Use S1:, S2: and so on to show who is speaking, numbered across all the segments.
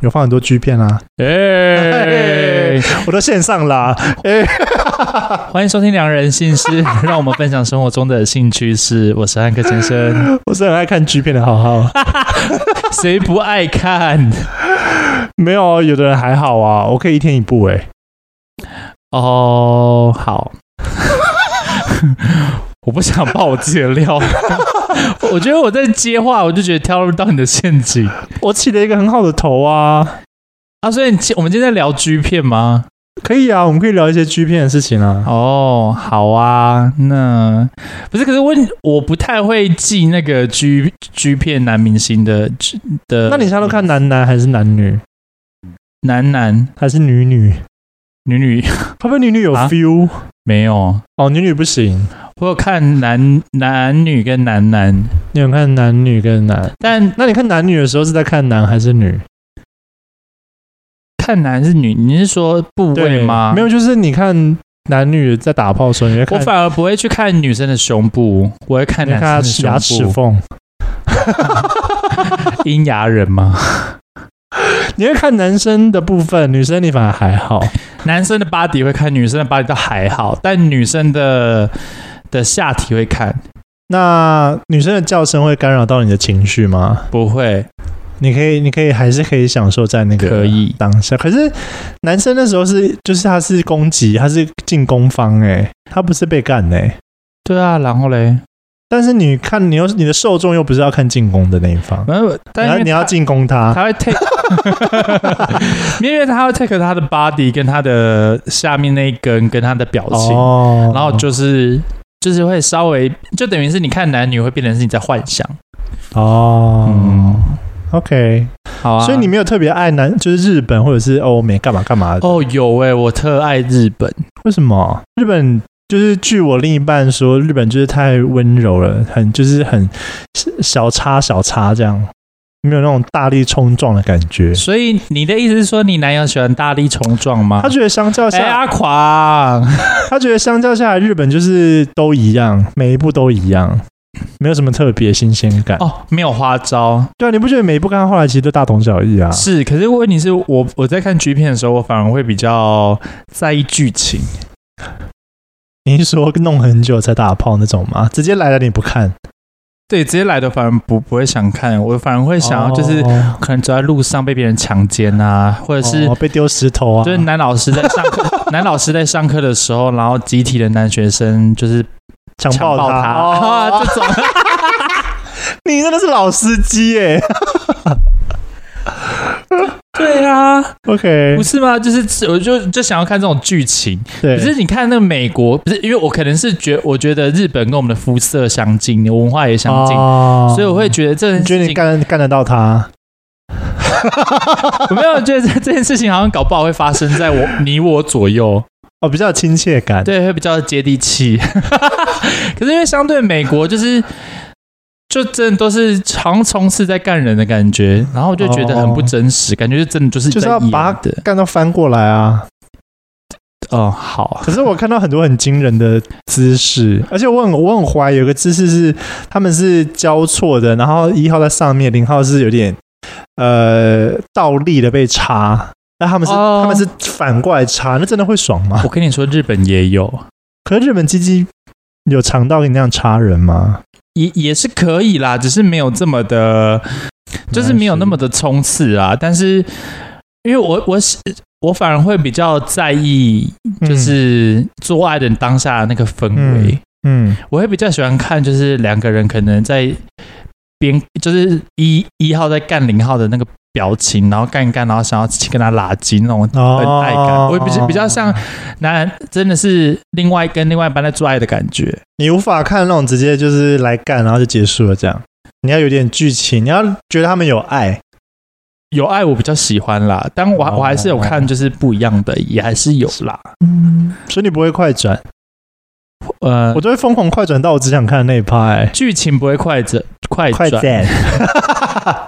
S1: 有放很多 G 片啊，
S2: 哎，
S1: 我都线上啦。哎，
S2: 欢迎收听《良人性事》， 让我们分享生活中的兴趣事。我是汉克 先生，
S1: 我是很爱看 G 片的，好好。
S2: 谁不爱看？
S1: 没有，有的人还好啊，我可以一天一部哎、
S2: 哦、好， 我不想爆 解料。我觉得我在接话，我就觉得跳入到你的陷阱
S1: 我起了一个很好的头啊，
S2: 啊！所以你我们今天在聊 G 片吗？
S1: 可以啊，我们可以聊一些 G 片的事情啊。
S2: 哦，好啊，那不是，可是我我不太会记那个 G G 片男明星的的。
S1: 那你现在都看男男还是男女
S2: 男男
S1: 还是女女？
S2: 女女
S1: 会不会女女有
S2: 啊
S1: feel？、
S2: 没有？
S1: 哦，女女不行，
S2: 我有看男男女跟男男，
S1: 你有看男女跟男？
S2: 但
S1: 那你看男女的时候是在看男还是女？
S2: 看男是女，你是说部位吗？
S1: 没有，就是你看男女在打炮的时候，你会
S2: 我
S1: 看
S2: 反而不会去看女生的胸部，我会看
S1: 你会
S2: 男
S1: 看
S2: 生
S1: 他牙
S2: 的
S1: 齿
S2: 胸部。
S1: 缝，
S2: 阴牙人吗？
S1: 你会看男生的部分，女生你反而还好。
S2: 男生的 body 会看，女生的 body 倒还好，但女生的的下体会看，
S1: 那女生的叫声会干扰到你的情绪吗？
S2: 不会
S1: 你可以，你可以还是可以享受在那
S2: 可
S1: 个
S2: 以。
S1: 当下。可是男生那时候是，就是他是攻击，他是进攻方、欸，他不是被干哎、
S2: 对啊，然后嘞，
S1: 但是你看，你又你的受众又不是要看进攻的那一方，
S2: 然后
S1: 你
S2: 但因
S1: 要
S2: 为
S1: 你要
S2: 他
S1: 进攻他，
S2: 他 会 take，因为他会 take 他的 body 跟他的下面那一根跟他的表情，
S1: 哦
S2: 然后就是就是会稍微就等于是你看男女会变成是你在幻想，
S1: 哦、
S2: 嗯
S1: o k
S2: 好啊，
S1: 所以你没有特别爱男，就是日本或者是欧美干嘛干嘛的？
S2: 哦有哎、我特爱日本，
S1: 为什么？日本就是据我另一半说，日本就是太温柔了，很就是很小插小插这样，没有那种大力冲撞的感觉。
S2: 所以你的意思是说你男友喜欢大力冲撞吗？
S1: 他觉得相较
S2: 哎、
S1: 下，
S2: 阿狂，
S1: 他觉得相较下来，日本就是都一样，每一部都一样，没有什么特别新鲜感。
S2: 哦，没有花招
S1: 对啊，你不觉得每一部看到后来其实都大同小异啊？
S2: 是，可是问题是我我在看 G 片的时候，我反而会比较在意剧情。
S1: 你是说弄很久才打炮那种吗？直接来了你不看，
S2: 对，直接来的反而不不会想看，我反而会想要就是、
S1: 哦
S2: 可能走在路上被别人强奸啊，或者是、
S1: 哦被丢石头啊，
S2: 就是男老师在上课，男老师在上课的时候，然后集体的男学生就是
S1: 强
S2: 强
S1: 暴
S2: 暴
S1: 他。
S2: 他，
S1: 哦
S2: 啊这种
S1: 你真的是老司机耶、
S2: 对啊，
S1: OK，
S2: 不是吗？就是我就就想要看这种剧情，
S1: 对，
S2: 可是你看那个美国，不是因为我可能是觉我觉得日本跟我们的肤色相近，文化也相近，
S1: 哦
S2: 所以我会觉得这件
S1: 你觉得
S2: 事
S1: 你
S2: 情，
S1: 干干得到他？
S2: 我没有觉得这这件事情好像搞不好会发生在我你我左右。
S1: 哦，比较有亲切感。，
S2: 对，会比较接地气。 可是因为相对美国，就是就真的都是常冲刺在干人的感觉，然后我就觉得很不真实，感觉就真的就是
S1: 哦就是
S2: 在
S1: 要
S2: 演
S1: 把它
S2: 的。
S1: 干到翻过来啊！
S2: 哦，好，
S1: 可是我看到很多很惊人的姿势，而且我很我很怀疑有个姿势是他们是交错的，然后一号在上面，零号是有点呃倒立的被插，那他们是、
S2: 哦
S1: 他们是反过来插，那真的会爽吗？
S2: 我跟你说，日本也有，
S1: 可是日本鸡鸡有长到你那样插人吗？
S2: 也也是可以啦，只是没有这么的，就是没有那么的冲刺啊。但是因为我我是我反而会比较在意，就
S1: 嗯
S2: 是做爱的当下的那个氛围。
S1: 嗯
S2: 我会比较喜欢看，就是两个人可能在边，就是一一号在干零号的那个表情，然后干一干，然后想要去跟他拉近那种
S1: 哦
S2: 恩爱感。我比较比较像男，真的是另外跟另外一半在做爱的感觉。
S1: 你无法看那种直接就是来干，然后就结束了这样。你要有点剧情，你要觉得他们有爱。
S2: 有爱我比较喜欢啦，但我还
S1: 哦
S2: 我还是有看，就是不一样的，也还是有啦。
S1: 嗯，所以你不会快转，
S2: 呃
S1: 我，都会疯狂快转到我只想看的那一趴、欸。
S2: 剧情不会快转，快
S1: 快
S2: 转，
S1: 转，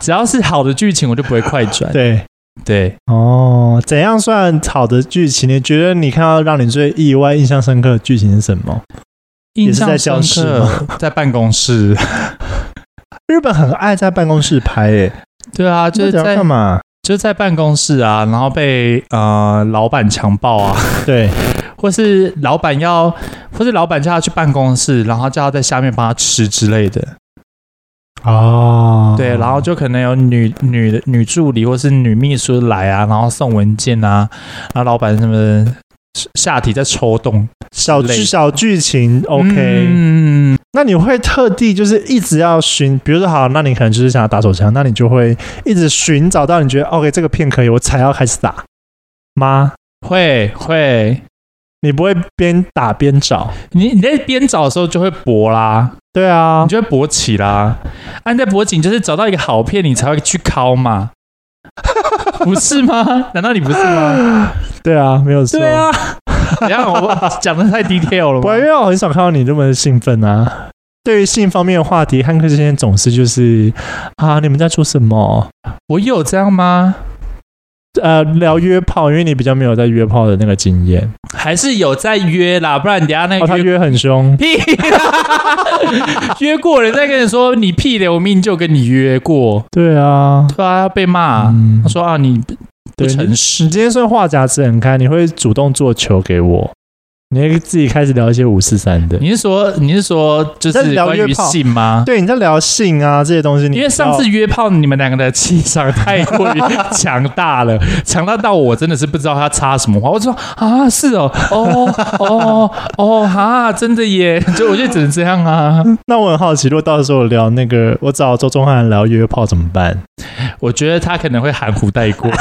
S2: 只要是好的剧情，我就不会快转。
S1: 对，
S2: 对，
S1: 哦，怎样算好的剧情？你觉得你看到让你最意外、印象深刻的剧情是什么？也
S2: 印
S1: 是在
S2: 象
S1: 教
S2: 深
S1: 室
S2: 刻，在办公室。
S1: 日本很爱在办公室拍、欸，
S2: 对啊，就是
S1: 那
S2: 在
S1: 要干嘛？
S2: 就是在办公室啊，然后被呃老板强暴啊，
S1: 对，
S2: 或是老板要，或是老板叫他去办公室，然后叫他在下面帮他吃之类的。
S1: 哦，
S2: 对，然后就可能有女女的女助理或是女秘书来啊，然后送文件啊，然后老板什么下体在抽动。
S1: 小
S2: 之类
S1: 剧
S2: 的
S1: 小剧情，OK，、
S2: 嗯，
S1: 那你会特地就是一直要寻，比如说好，那你可能就是想要打手枪，那你就会一直寻找到你觉得 OK 这个片可以，我才要开始打吗？
S2: 会会，
S1: 你不会边打边找？
S2: 你你在边找的时候就会勃啦，
S1: 对啊
S2: 你，就会勃起啦。啊，你在勃起，你就是找到一个好片，你才会去敲嘛， 不是吗？难道你不是吗？
S1: 对啊，没有错。
S2: 对，啊，等一下我讲的太 detail 了
S1: 不然
S2: 吗
S1: 因？为我很少看到你这么兴奋啊。对于性方面的话题，汉克先生总是就是啊，你们在做什么？
S2: 我有这样吗？
S1: 呃，聊约炮，因为你比较没有在约炮的那个经验。
S2: 还是有在约啦，不然等一下那
S1: 哦，他
S2: 个哎约、嗯
S1: 约很凶，
S2: 屁啦， 约过人再跟你说你屁嘞，我明明就跟你约过，
S1: 对啊，
S2: 对啊，被骂，
S1: 嗯
S2: 他说啊你不不
S1: 对
S2: 诚实，
S1: 你今天算话匣子很开，你会主动做球给我，你会自己开始聊一些五四三的。
S2: 你是说你是说就
S1: 在
S2: 是
S1: 聊
S2: 关
S1: 约
S2: 于
S1: 炮
S2: 性吗？
S1: 对，你在聊性啊这些东西，你
S2: 因为上次
S1: 知
S2: 约炮，你们两个的气场太过于强大了， 强大到我真的是不知道他插什么话。我就说啊，是哦，哦哦哦，哈、真的耶， 就我就只能这样啊。
S1: 道那我很好奇，如果到时候我聊那个，我找周钟汉聊约炮怎么办？
S2: 我觉得他可能会含糊带过，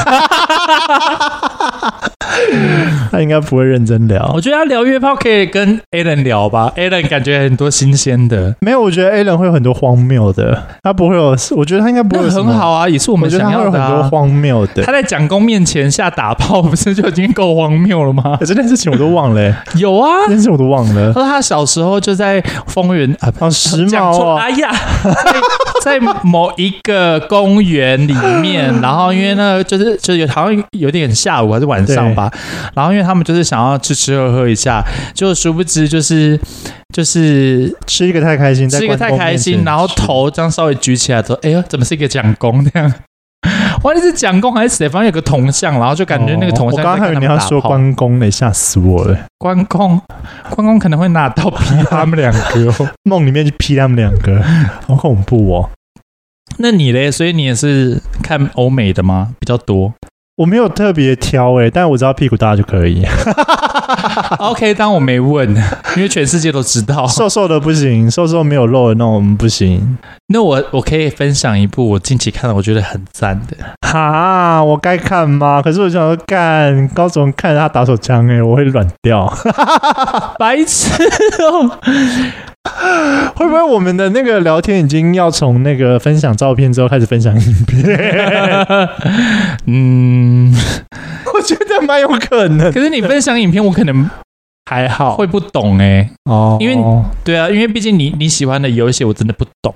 S1: 他应该不会认真聊
S2: 我。觉得要聊约炮可以跟 Alan 聊吧，Alan 感觉很多新鲜的，
S1: 没有，我觉得 A 人会有很多荒谬的，他不会有，我觉得他应该不
S2: 那
S1: 会有什
S2: 很
S1: 么。
S2: 好啊，也是我
S1: 我
S2: 们
S1: 觉得
S2: 想
S1: 他会
S2: 要
S1: 有
S2: 的、
S1: 很多
S2: 啊。
S1: 荒谬的
S2: 他。在蒋公面前下打炮，不是就已经够荒谬了吗？
S1: 欸这件事情我都忘了、欸，
S2: 有啊，
S1: 这件事情我都忘了
S2: 他。说他小时候就在丰原啊，
S1: 好时髦
S2: 讲错，
S1: 哦！
S2: 哎呀，在在某一个公园里面， 然后因为那个就是就是有好像有点下午还是晚上吧，然后因为他们就是想要吃吃喝喝一下，就殊不知就是就是
S1: 吃一个太开心，在
S2: 吃一个
S1: 关
S2: 太
S1: 公
S2: 开
S1: 面
S2: 心，
S1: 前
S2: 然后
S1: 吃
S2: 头这样稍微举起来之后，哎呦，怎么是一个蒋公这样？我那是蒋公还是谁？反正有个铜像，然后就感觉那个铜
S1: 哦我
S2: 像
S1: 刚刚还
S2: 在
S1: 以为
S2: 跟他
S1: 你
S2: 们
S1: 要
S2: 打
S1: 说
S2: 炮。
S1: 关公呢，吓死我了！
S2: 关公，关公可能会拿刀劈他们两个、哦。
S1: 梦里面去劈他们两 个，好恐怖哦！
S2: 那你嘞？所以你也是看欧美的吗？比较多。
S1: 我没有特别挑诶、但我知道屁股大就可以，
S2: 哦 OK，当我没问， 因为全世界都知道。
S1: 瘦瘦的不行，瘦瘦没有肉的那种不行。
S2: 那我我可以分享一部我近期看的，我觉得很赞的。
S1: 哈，我该看吗？可是我想说，干高总看着他打手枪诶、我会软掉。
S2: 白痴哦！
S1: 会不会我们的那个聊天已经要从那个分享照片之后开始分享影片？
S2: 嗯，
S1: 我觉得蛮有可能，
S2: 可是你分享影片，我可能
S1: 还好
S2: 会不懂哎、
S1: 哦，
S2: 因为对啊，因为毕竟你你喜欢的有一些我真的不懂，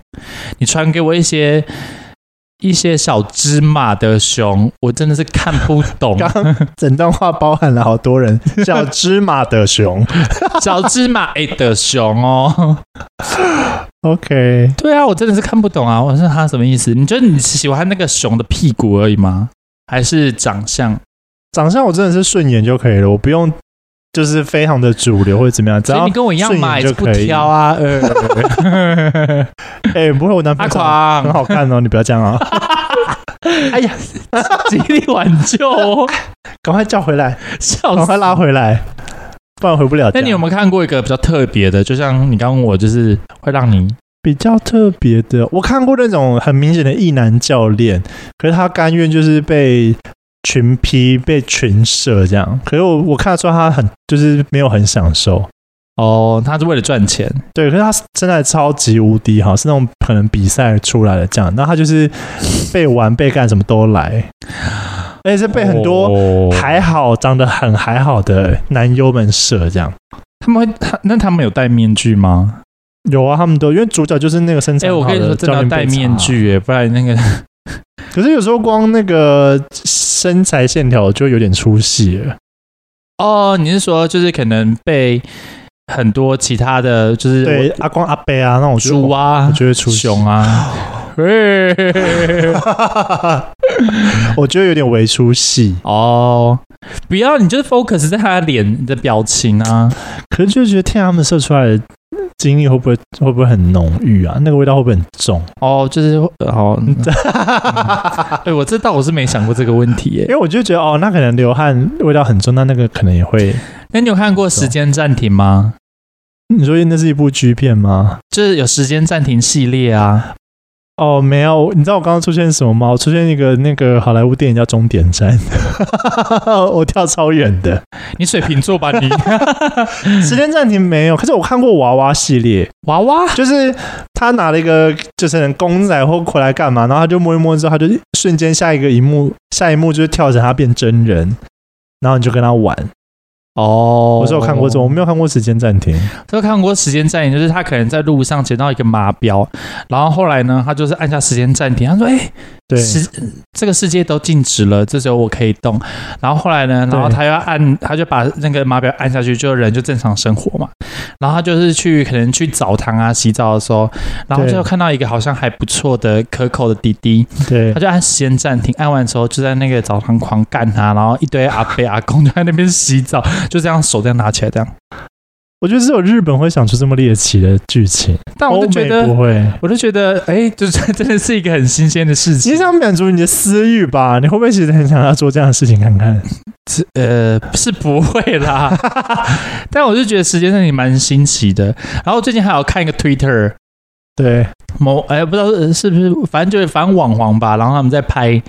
S2: 你传给我一些一些小芝麻的熊，我真的是看不懂。
S1: 刚整段话包含了好多人，小芝麻的 熊。
S2: 小芝麻哎的熊哦。
S1: OK，
S2: 对啊，我真的是看不懂啊！我说他什么意思？你觉得你喜欢那个熊的屁股而已吗？还是长相？
S1: 长相我真的是顺眼就可以了，我不用就是非常的主流或者怎么样，只
S2: 所以
S1: 要
S2: 你跟我一样嘛，
S1: 顺眼
S2: 也是
S1: 就
S2: 不
S1: 可以
S2: 挑啊。呃，
S1: 哎、不会，我男朋
S2: 阿
S1: 友长得很
S2: 狂，
S1: 好看哦，你不要这 样啊，
S2: 哎呀，极力挽救哦，
S1: 赶快叫回来，
S2: 笑
S1: 赶
S2: 死
S1: 快！拉回来，不然回不了家。
S2: 哦那你有没有看过一个比较特别的？就像你刚问我，就是会让你
S1: 比较特别的？我看过那种很明显的异男教练，可是他甘愿就是被。群批被群射这样，可是我我看得出来他很就是没有很享受，
S2: 哦，他是为了赚钱，
S1: 对，可是他身材超级无敌好，是那种可能比赛出来的这样。那他就是被玩、被干什么都来，而且是被很多
S2: 哦
S1: 还好、长得很还好的男优们射这样。
S2: 他们会他那他们有戴面具吗？
S1: 有啊，他们都因为主角就是那个身材
S2: 哎，
S1: 很
S2: 我
S1: 好
S2: 跟你说，
S1: 的
S2: 真
S1: 教
S2: 的要
S1: 练
S2: 戴
S1: 贝查
S2: 面。具哎，不然那个
S1: 可是有时候光那个身材线条就有点出戏了。
S2: 哦，你是说就是可能被很多其他的就是
S1: 对，阿光阿贝啊那种
S2: 猪
S1: 啊，
S2: 啊
S1: 我、就会出戏
S2: 熊啊、 嘿嘿嘿嘿嘿
S1: 我觉得有点微出戏，
S2: 哦，不要，你就是 focus 在他的脸的表情啊。
S1: 可是就觉得天、啊，他们射出来的精力会不会会不会很浓郁啊？那个味道会不会很 重？
S2: 哦，就是呃好，嗯 对我这倒我是没想过这个问题
S1: 因
S2: 耶。
S1: 为我就觉得哦，那可能流汗味道很重，那那个可能也会。
S2: 那你有看过《时间暂停》吗？
S1: 你说那是一部 G 片吗？
S2: 就是有《时间暂停》系列啊。
S1: 哦，没有，你知道我刚刚出现什么吗？我出现一个那个好莱坞电影叫《终点站》， 我跳超远的。
S2: 你水瓶座吧你？
S1: 时间暂停没有，可是我看过娃娃系列，
S2: 娃娃
S1: 就是他拿了一个就是公仔或回来干嘛，然后他就摸一摸之后，他就瞬间下一个一幕，下一幕就是跳着他变真人，然后你就跟他玩。
S2: 哦
S1: 我是有看过这种，我没有看过时间暂停。
S2: 都看过时间暂停，就是他可能在路上捡到一个码表，然后后来呢，他就是按下时间暂停，他说：“哎、
S1: 对，
S2: 世这个世界都静止了，这只有我可以动。”然后后来呢，然后
S1: 对
S2: 他要按，他就把那个码表按下去，就人就正常生活嘛。然后他就是去可能去澡堂啊、洗澡的时候，然后
S1: 对
S2: 就看到一个好像还不错的可口的滴滴，
S1: 对
S2: 他，就按时间暂停，按完之后就在那个澡堂狂干他，然后一堆阿伯阿公就在那边洗澡，就这样手这样拿起来这样。
S1: 我觉得只有日本会想出这么猎奇的剧情，
S2: 但我就觉
S1: 欧
S2: 得
S1: 美不会。
S2: 我就觉得，哎、就是真的是一个很新鲜的事
S1: 你
S2: 情。
S1: 是想满足你的私欲吧？你会不会其实很想要做这样的事情看看？
S2: 呃，是不会 啦，但我就觉得时间暂停蛮新奇的。然后最近还有看一个 Twitter，
S1: 对，
S2: 某哎、不知道是是不是，反正就是反正网黄吧。然后他们在拍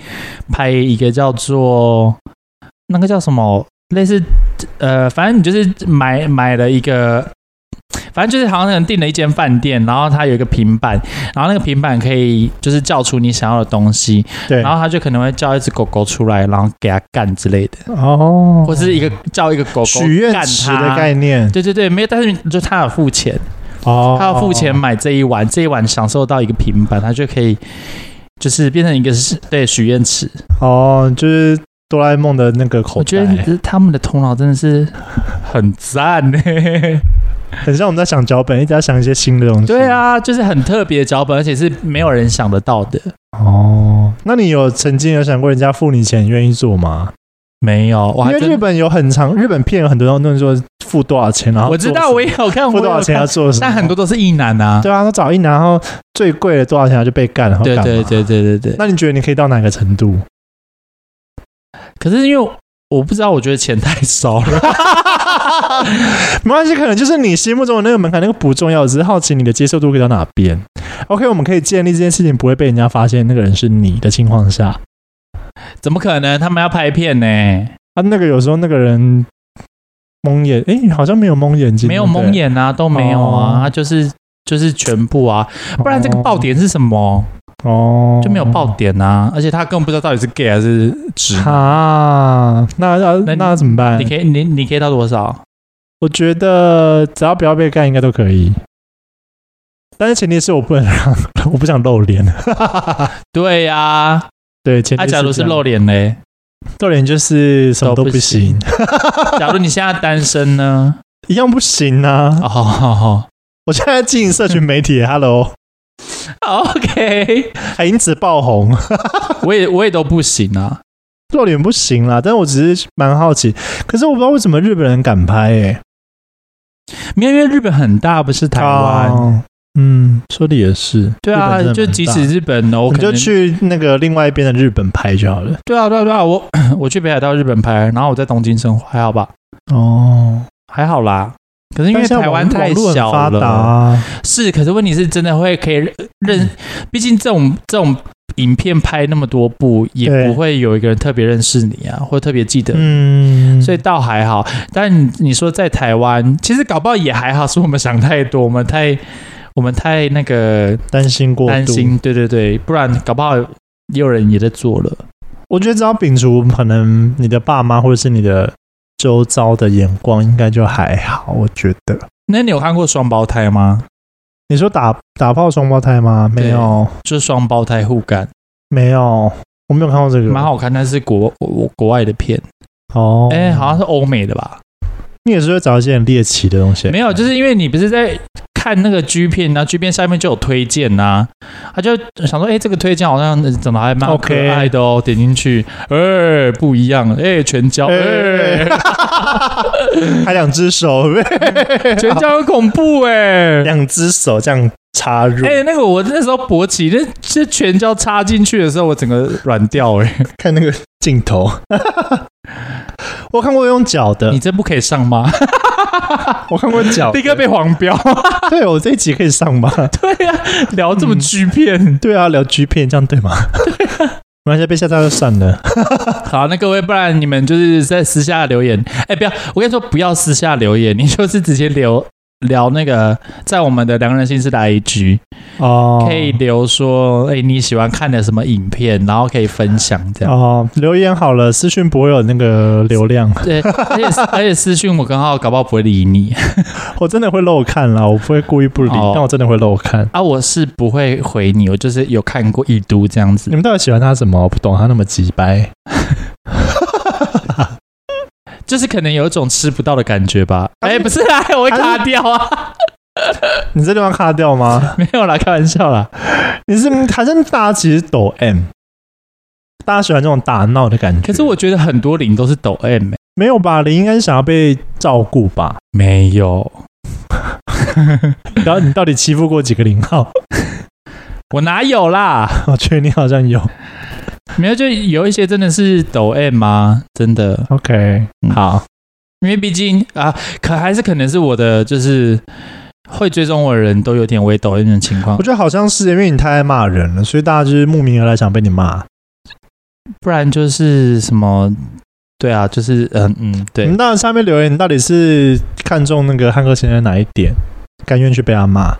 S2: 拍一个叫做那个叫什么，类似呃，反正你就是买买了一个。反正就是好像人订了一间饭店，然后它有一个平板，然后那个平板可以就是叫出你想要的东西，
S1: 对，
S2: 然后他就可能会叫一只狗狗出来，然后给它干之类的，
S1: 哦，
S2: 或是一个叫一个狗狗
S1: 许愿
S2: 干
S1: 池的
S2: 它
S1: 概念
S2: 对对对，没有，但是就他要付钱，
S1: 哦，
S2: 他要付钱买这一碗，这一碗享受到一个平板，他就可以就是变成一个是对许愿池。
S1: 哦，就是哆啦 A 梦的那个口袋。
S2: 我觉得他们的头脑真的是很赞呢、欸
S1: 很像我们在想脚本，一直在想一些新的东西。
S2: 对，啊，就是很特别的脚本，而且是没有人想得到的。
S1: 哦，那你有曾经有想过人家付你钱愿意做吗？
S2: 没有，我
S1: 因
S2: 还
S1: 为日
S2: 真
S1: 本有很长，日本片有很多人都说付多少钱，然后
S2: 我知
S1: 做
S2: 道
S1: 什么
S2: 我也有看，
S1: 付
S2: 我
S1: 多
S2: 也
S1: 少
S2: 有
S1: 钱要
S2: 看，
S1: 做什么，
S2: 但很多都是异男 啊。
S1: 对啊，他找一拿，然后最贵的多少钱他就被干，然后
S2: 对
S1: 啊干嘛
S2: 对对对对对。
S1: 那你觉得你可以到哪个程度？
S2: 可是因为我不知道，我觉得钱太少了。
S1: 没关系，可能就是你心目中的那个门槛，那个不重要，只是好奇你的接受度可以到哪边。OK，我们可以建立这件事情不会被人家发现那个人是你的情况下，
S2: 怎么可能？他们要拍片呢、
S1: 啊，那个有时候那个人蒙眼，诶，好像没有蒙眼睛，
S2: 没有
S1: 对不对
S2: 蒙眼啊，都没有
S1: 哦
S2: 啊，他就是就是全部啊，不然这个爆点是什么？
S1: 哦
S2: 就没有爆点啊，而且他根本不知道到底是 gay 还是直。
S1: 啊，那要那
S2: 那你
S1: 要怎么办
S2: 你？可以，你你可以到多少？
S1: 我觉得只要不要被干，应该都可以。但是前提是我不能让， 我不想露脸。
S2: 对呀、啊，
S1: 对，前提
S2: 他、
S1: 这
S2: 假
S1: 样
S2: 如是露脸嘞，
S1: 露脸，就是什么都
S2: 都
S1: 不
S2: 不
S1: 行
S2: 行，假如你现在单 身呢？
S1: 一样不行啊！
S2: 哦好好好
S1: 我现在经营社群媒体，Hello，
S2: ，OK，
S1: 还因此爆红，
S2: 我也我也都不行啊。
S1: 露脸不行啦。但是我只是蛮好奇，可是我不知道为什么日本人敢拍欸诶、
S2: 没有，因为日本很大，不是台湾。
S1: 哦嗯，说的也是。
S2: 对啊
S1: 日，本真的蛮
S2: 就即
S1: 大
S2: 使日本哦，我
S1: 你
S2: 可
S1: 就
S2: 能
S1: 去那个另外一边的日本拍就好了。
S2: 对啊，对啊，对啊，我 我去北海道、日本拍，然后我在东京生活，还好吧？
S1: 哦，
S2: 还好啦。可是因为
S1: 但现在
S2: 台湾
S1: 网
S2: 太
S1: 网络很
S2: 小
S1: 发达嗯
S2: 了，
S1: 啊，
S2: 是。可是问题是，真的会可以认，毕竟这种这种影片拍那么多部，也
S1: 对
S2: 不会有一个人特别认识你啊，或特别记得。
S1: 嗯，
S2: 所以倒还好，但你你说在台湾，其实搞不好也还好，是我们想太多，我们太我们太那个
S1: 担心过度，
S2: 担心，对对对，不然搞不好也有人也在做了。
S1: 我觉得只要摒除可能你的爸妈或者是你的周遭的眼光，应该就还好。我觉得
S2: 那你有看过双胞胎吗？
S1: 你说打打炮双胞胎吗？
S2: 对
S1: 没有，
S2: 就是双胞胎互干，
S1: 没有，我没有看过这个，
S2: 蛮好看，但是国国国外的片，
S1: 哦。
S2: 哎、好像是欧美的吧？
S1: 你也是会找一些很猎奇的东西，
S2: 没有，就是因为你不是在看那个 G 片啊，G 片下面就有推荐呐、啊，他就想说，哎、这个推荐好像呃长得还蛮可
S1: OK
S2: 爱的哦点进去，哎、不一样，哎、全焦，哎、
S1: 还两只手，
S2: 哎 全焦很恐怖哎、
S1: 两只手这样插入，
S2: 哎、那个我那时候勃起，那这全焦插进去的时候，我整个软掉 哎、
S1: 看那个镜头。 我看过用脚的
S2: 你，这不可以上吗？
S1: 我看过 脚的，
S2: 立刻被黄 标。
S1: 对我这一集可以上吗？
S2: 对呀、聊这么
S1: 嗯
S2: 剧片。
S1: 对啊，聊 G 片这样对吗？对、啊，没关系，被吓到就算了。
S2: 好，那各位，不然你们就是在私下留言。哎，不要，我跟你说，不要私下留言， 你就是直接留聊那个，在我们的良人心事的 IG、
S1: 哦，
S2: 可以留说，哎，你喜欢看的什么影片，然后可以分享这样。
S1: 哦，留言好了，私讯不会有那个流量，
S2: 对，而且而且私讯我刚好搞不好不会理你
S1: 我真的会漏看啦，我不会故意不理，
S2: 哦
S1: 但我真的会漏看。
S2: 啊，我是不会回你，我就是有看过一都这样子
S1: 你，们到底喜欢他什么？我不懂他那么急掰。
S2: 就是可能有一种吃不到的感觉吧。哎，不是啦，我会
S1: 还
S2: 卡
S1: 是
S2: 掉啊，
S1: 你这地方卡掉 吗？
S2: 没有啦，开玩笑啦。
S1: 你是还是大家其实抖 M，大家喜欢这种打闹的感觉。
S2: 可是我觉得很多零都是抖 M 欸
S1: 没有吧？你应该是想要被照顾吧？
S2: 没有，
S1: 然后你到底欺负过几个零号？
S2: 我哪有啦？
S1: 我觉得你好像有。
S2: 没有，就有一些真的是抖 M 啊，真的，
S1: OK，好，
S2: 因为毕竟啊，可还是可能是我的，就是会追踪我的人都有点微抖 M 的情况
S1: 我，觉得好像是因为你太爱骂人了，所以大家就是慕名而来想被你骂。
S2: 不然就是什么，对啊，就是嗯嗯，
S1: 你
S2: 对
S1: 们，到底下面留言，你到底是看中那个汉克先生哪一点，甘愿去被他骂？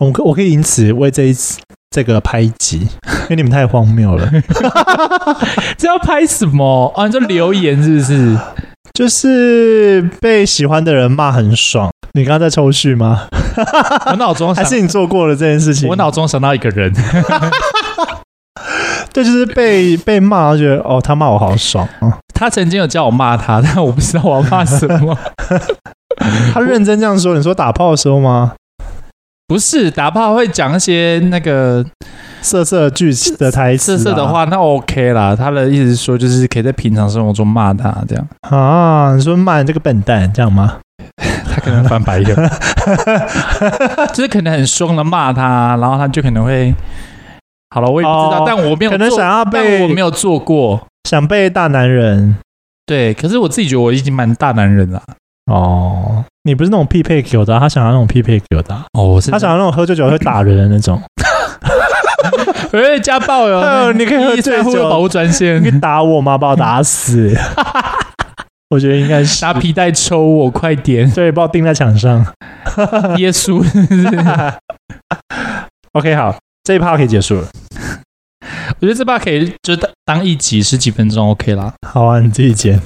S1: 我可我可以因此为这一次这个拍一集， 因为你们太荒谬 了。
S2: 这要拍什么？哦，你就留言是不是？
S1: 就是被喜欢的人骂很爽。你刚刚在抽蓄吗？
S2: 我脑中
S1: 还
S2: 想，
S1: 是你做过了这件事情？
S2: 我脑中想到一个人，
S1: 对，就是被 被骂，觉得哦，他骂我好爽啊！
S2: 他曾经有叫我骂他，但我不知道我要骂什么。
S1: 他认真这样说，你说打炮的时候吗？
S2: 不是打炮会讲一些那个
S1: 色色句子的台词、啊
S2: 色色的话，那 OK 啦。他的意思是说，就是可以在平常生活中骂他这样，
S1: 啊，你说骂你这个笨蛋这样吗？
S2: 他可能翻白眼， 就是可能很凶的骂他，然后他就可能会，好了，我也不知道，
S1: 哦
S2: 但我没有
S1: 可能
S2: 做
S1: 想要
S2: 但
S1: 被
S2: 我没有做过。
S1: 想被大男人
S2: 对，可是我自己觉得我已经蛮大男人了。
S1: 哦。你不是那种匹配狗的啊、他想要那种匹配狗的啊、
S2: 哦，我是
S1: 他想要那种喝醉酒会打人的那 种。
S2: 哎家暴哟，
S1: 哎 呦
S2: 那
S1: 你可以喝
S2: 一三
S1: 醉
S2: 呼
S1: 酒
S2: 保护专线
S1: 你，可以打我吗？把我打死！我觉得应该是
S2: 拿皮带抽我，快点，
S1: 对，把我钉在墙 上。
S2: 耶 稣！
S1: OK，好，这一趴可以结束了。
S2: 我觉得这把可以就当当一集十几分钟 OK 啦。
S1: 好啊，你自己剪。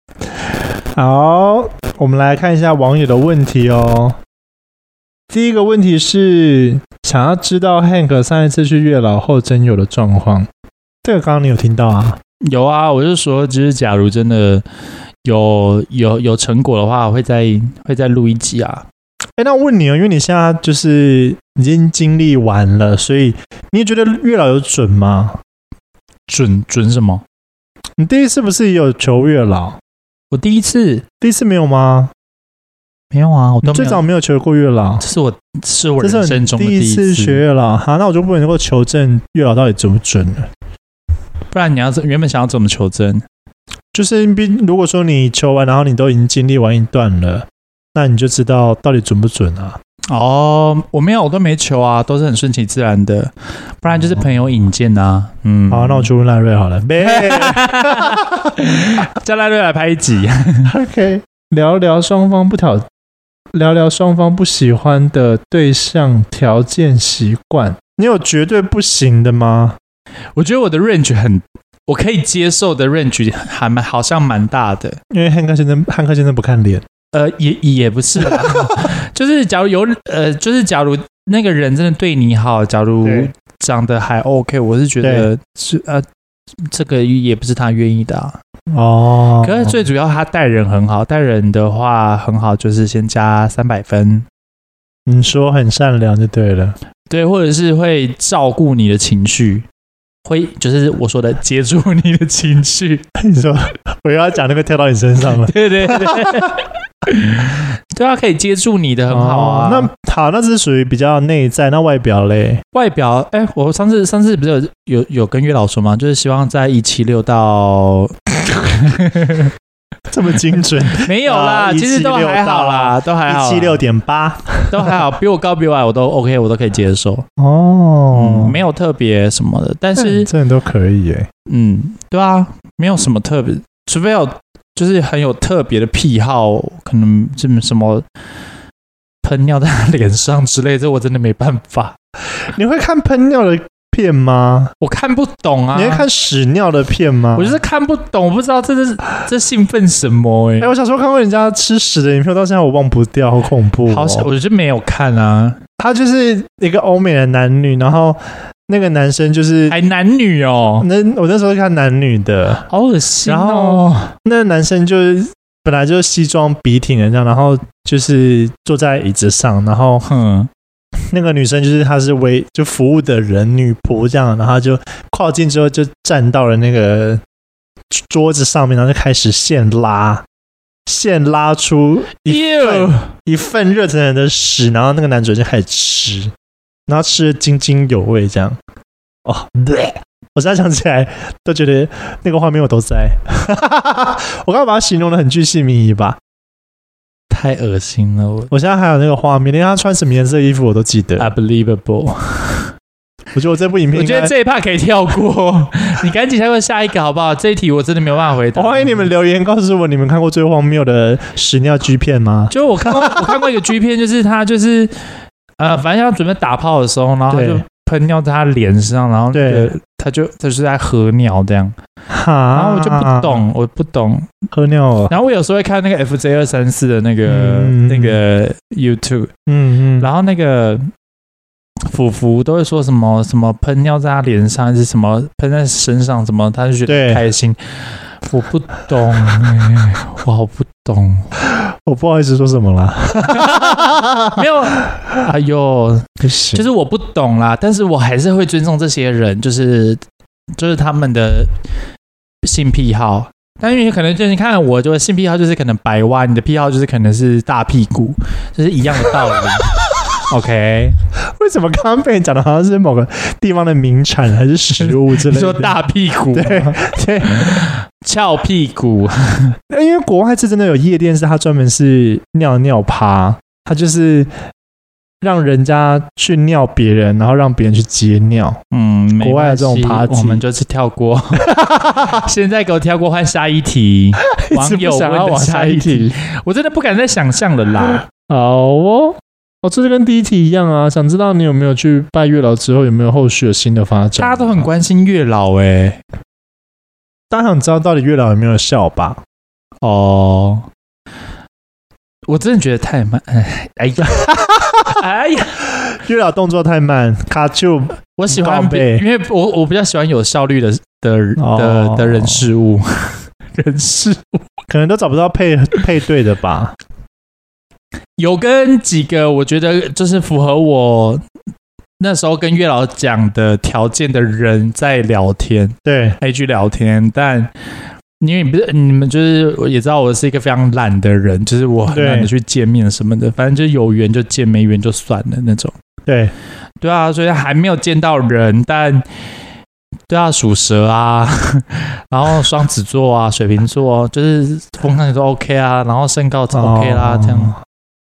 S1: 好，我们来看一下网友的问题哦。第一个问题是想要知道 Hank 上一次去月老后真有的状况。这个刚刚你有听到啊？
S2: 有啊，我就说，就是假如真的有有有成果的话，会再会再录一集啊。
S1: 哎，那我问你哦，因为你现在就是已经经历完了，所以你也觉得月老有准吗？
S2: 准准什么？
S1: 你第一次不是也有求月老？
S2: 我第一次
S1: 第一次没有吗？
S2: 没有啊，我都
S1: 你
S2: 没
S1: 最
S2: 有
S1: 早没有求过月老，
S2: 这是我这是我
S1: 这是
S2: 人
S1: 你
S2: 生中的
S1: 第
S2: 一
S1: 次学月老哈，那我就不能够求证月老到底准不准了。
S2: 不然你要怎原本想要怎么求真？
S1: 就是因为如果说你求完，然后你都已经经历完一段了，那你就知道到底准不准啊。
S2: 哦，我没有，我都没求啊，都是很顺其自然的。不然就是朋友引荐啊。嗯，
S1: 好，那 我去问赖瑞好了。没
S2: 叫赖瑞来拍一集。
S1: ，OK，聊聊双方不挑，聊聊双方不喜欢的对象条件习惯。你有绝对不行的吗？
S2: 我觉得我的 range 很，我可以接受的 range 还蛮好像蛮大的。
S1: 因为汉克先生，汉克先生不看脸。
S2: 呃，也也不是啦， 就是假如有呃，就是假如那个人真的对你好，假如
S1: 对
S2: 长得还 OK，我是觉得是呃，这个也不是他愿意的、啊。
S1: 哦，
S2: 可是最主要他待人很好，待人的话很好，就是先加三百分。
S1: 你说很善良就对了，
S2: 对，或者是会照顾你的情绪，会就是我说的接住你的 情绪，，
S1: 你说我又要讲那个跳到你身上了
S2: 对对对，对啊，可以接住你的很好啊。
S1: 哦那好，那这是属于比较内在，那外表嘞？
S2: 外表，哎、我上次上次不是有有有跟月老说吗？就是希望在一七 六到
S1: 这么精准，
S2: 没有啦，
S1: 啊
S2: 其实都
S1: 176
S2: 还好啦，都还好啦，
S1: 一七六点八
S2: 都还好，比我高比我矮我都 OK，我都可以接受，
S1: 哦
S2: 嗯，没有特别什么的，但是
S1: 这都可以耶。
S2: 嗯，对啊，没有什么特别，除非有就是很有特别的癖好，可能这么什么喷尿在他脸上之类，这我真的没办法，
S1: 你会看喷尿的片吗？
S2: 我看不懂啊。
S1: 你会看屎尿的片吗？
S2: 我就是看不懂，我不知道这是这兴奋什么哎、
S1: 哎、我小时候看过人家吃屎的影片，到现在我忘不掉，好恐怖、哦。
S2: 好像我就没有看啊，
S1: 他就是一个欧美的男女，然后那个男生就是
S2: 还男女哦，
S1: 那我那时候看男女的，
S2: 好恶心
S1: 然
S2: 哦。
S1: 那男生就是本来就是西装笔挺的这样，然后就是坐在椅子上，然后
S2: 哼，
S1: 那个女生就是她是为就服务的人女仆这样，然后她就靠近之后就站到了那个桌子上面，然后就开始现拉，现拉出一份
S2: Ew
S1: 一份热腾腾的屎，然后那个男主人就开始吃，然后吃的津津有味，这样。哦，对，我现在想起来都觉得那个画面我都在。 我刚刚把它形容的很具细迷遗吧？
S2: 太恶心了我
S1: 我现在还有那个画面，连他穿什么颜色的衣服我都记得。
S2: ，unbelievable。
S1: 我觉得我这部影片
S2: 啊我
S1: 应该，
S2: 觉得这一趴可以跳过， 你赶紧跳过下一个好不好？这一题我真的没有办法回答。
S1: 我欢迎你们留言告诉我，你们看过最荒谬的屎尿 G 片吗？
S2: 就我看 过，我看过一个 G 片，就是他就是呃，反正要准备打炮的时候，然后他
S1: 对
S2: 啊就喷尿在他脸上，然后那个他就他就是在喝尿这样，
S1: 哈，
S2: 然啊后我就不懂，我不懂。
S1: 喝尿哦。
S2: 然后我有时候会看那个 FJ 二三四的那个、
S1: 嗯
S2: 那个 YouTube，
S1: 嗯嗯，
S2: 然后那个。福福都会说什么什么喷尿在他脸上，还是什么喷在身上，什么他就觉得
S1: 对
S2: 很开心。我不懂、 哎我好不懂。
S1: 我不好意思说什么啦，
S2: 没有，哎呦，
S1: 不行，
S2: 就是我不懂啦，但是我还是会尊重这些人，就是就是他们的性癖好。但因为可能就是你看我，就是性癖好就是可能白蛙，你的癖好就是可能是大屁股，就是一样的道理。OK，
S1: 为什么刚刚被你讲的好像是某个地方的名产还是食物之
S2: 你
S1: 类的？
S2: 说大屁股，
S1: 对对，
S2: 翘屁股，
S1: 因为国外是真的有夜店，是它专门是尿尿趴，它就是让人家去尿别人，然后让别人去接尿。
S2: 嗯，没
S1: 国外的
S2: 关
S1: 这种
S2: 系
S1: party
S2: 我们就是跳过。 现在给我跳过，换下一题。
S1: 一直
S2: 网
S1: 不
S2: 友
S1: 想要
S2: 问的
S1: 往
S2: 下
S1: 下
S2: 一
S1: 一
S2: 题
S1: 题，
S2: 我真的不敢再想象了 啦。
S1: 好哦，哦，这就跟第一题一样啊。想知道你有没有去拜月老之后有没有后续有新的发展？
S2: 大家都很，关心月老哎、
S1: 大家想知道到底月老有没有效吧？
S2: 哦，我真的觉得太慢，哎 哎呀，哎呀，
S1: 月老动作太慢，卡住
S2: 我喜欢
S1: 告
S2: 比，
S1: 白
S2: 因为我我比较喜欢有效率的的
S1: 哦
S2: 的的人事物， 人事
S1: 可能都找不到配 配对的吧。
S2: 有跟几个我觉得就是符合我那时候跟月老讲的条件的人在聊天。
S1: 对，
S2: IG 聊天，但因为你不是你们就是我也知道我是一个非常懒的人，就是我很懒得
S1: 对
S2: 去见面什么的，反正就是有缘就见，没缘就算了那种。
S1: 对，
S2: 对啊，所以还没有见到人，但对啊，属蛇啊， 然后双子座啊，水瓶座，就是风向也都 OK 啊，然后身高是 OK 啦，
S1: 哦
S2: 这样。。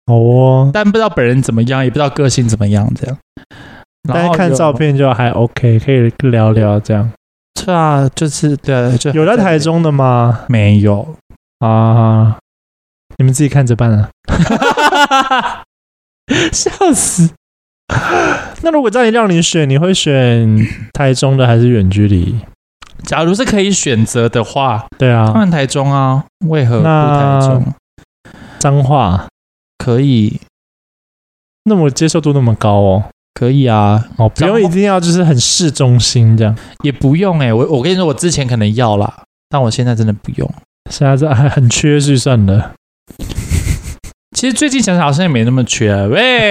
S1: 好哦，
S2: 但不知道本人怎么样，也不知道个性怎么样，这样。然
S1: 但
S2: 后
S1: 是看
S2: 有
S1: 照，片就还 OK，可以聊聊这样。
S2: 对啊，就是对啊，就
S1: 有在台中的吗？
S2: 没有？
S1: 啊，你们自己看着办啊。
S2: 笑死！
S1: 那如果让你让你选，你会选台中的还是远距离？
S2: 假如是可以选择的话，
S1: 对
S2: 当
S1: 啊，
S2: 然台中啊，为何不台
S1: 那
S2: 中？
S1: 彰化，
S2: 可以，
S1: 那我接受度那么高哦。
S2: 可以啊，
S1: 哦，不
S2: 彰化
S1: 用一定要就是很市中心这样。
S2: 也不用哎、我我跟你说，我之前可能要啦，但我现在真的不用。
S1: 现在这还很缺是算了。
S2: 其实最近想想好像也没那么缺 喂，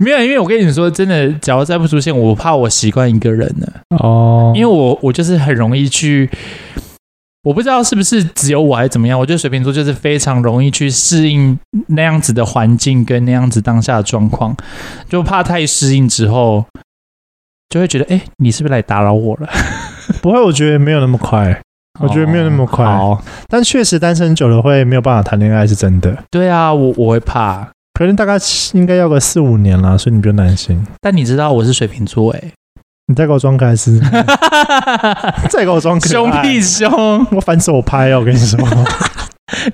S2: 没有，因为我跟你说，真的，假如再不出现，我怕我习惯一个人了，
S1: 哦，
S2: 因为
S1: 为
S2: 我我就是很容易去，我不知道是不是只有我还是怎么样，我觉得水瓶座就是非常容易去适应那样子的环境跟那样子当下的状况，就怕太适应之后，就会觉得，哎、你是不是来打扰我了？
S1: 不会，我觉得没有那么快，我觉得没有那么快
S2: 哦好
S1: 但确实单身久了会没有办法谈恋爱，是真的。
S2: 对啊，我我会怕，
S1: 可能大概应该要个四五年啦，所以你不用担心。
S2: 但你知道我是水瓶座 哎、
S1: 你再给我装可爱是， 再给我装可爱
S2: 凶屁，凶！
S1: 我反手拍哦！我跟你 说，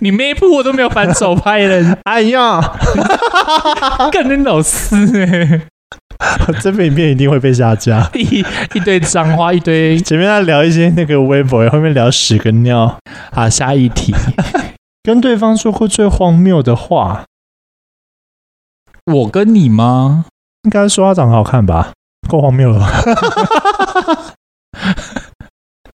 S2: 你妹夫我都没有反手 拍人，
S1: 哎呀，
S2: 更人老师哎、
S1: 这部影片一定会被下架。
S2: 一一堆脏话，一堆
S1: 前面在聊一些那个微博，后面聊屎跟尿，
S2: 啊，下一题，
S1: 跟对方说过最荒谬的话，
S2: 我跟你吗？
S1: 应该说他长得好看吧？够荒谬了吧？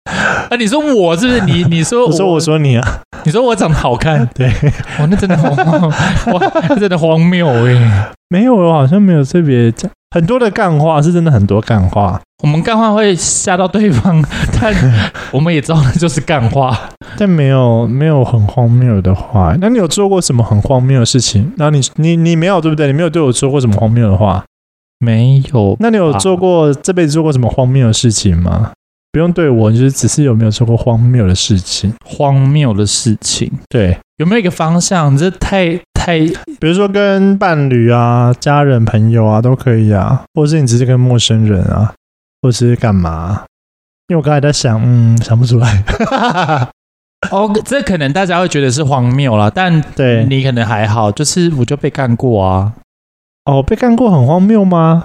S2: 啊，你说我是不是？你你 说
S1: 我说我，说你啊，
S2: 你说我长得好看，
S1: 对，
S2: 哇，那真的好荒，哇，那真的荒谬哎、
S1: 没有，我好像没有特别讲很多的干话，是真的很多干话，
S2: 我们干话会吓到对方，但我们也知道那就是干话。
S1: 但没有没有很荒谬的话。那你有做过什么很荒谬的事情？然后你你你没有对不对？你没有对我说过什么荒谬的话？
S2: 没有，
S1: 那你有做过这辈子做过什么荒谬的事情吗？不用对我，就是只是有没有做过荒谬的事情？
S2: 荒谬的事情。
S1: 对，
S2: 有没有一个方向？这太太
S1: 比如说跟伴侣啊、家人、朋友啊都可以啊，或者是你只是跟陌生人啊，或者是干嘛啊、因为我刚才在想，嗯，想不出来。
S2: 哦，这可能大家会觉得是荒谬啦，但
S1: 对，
S2: 你可能还好，就是我就被干过啊。
S1: 哦，被干过很荒谬吗？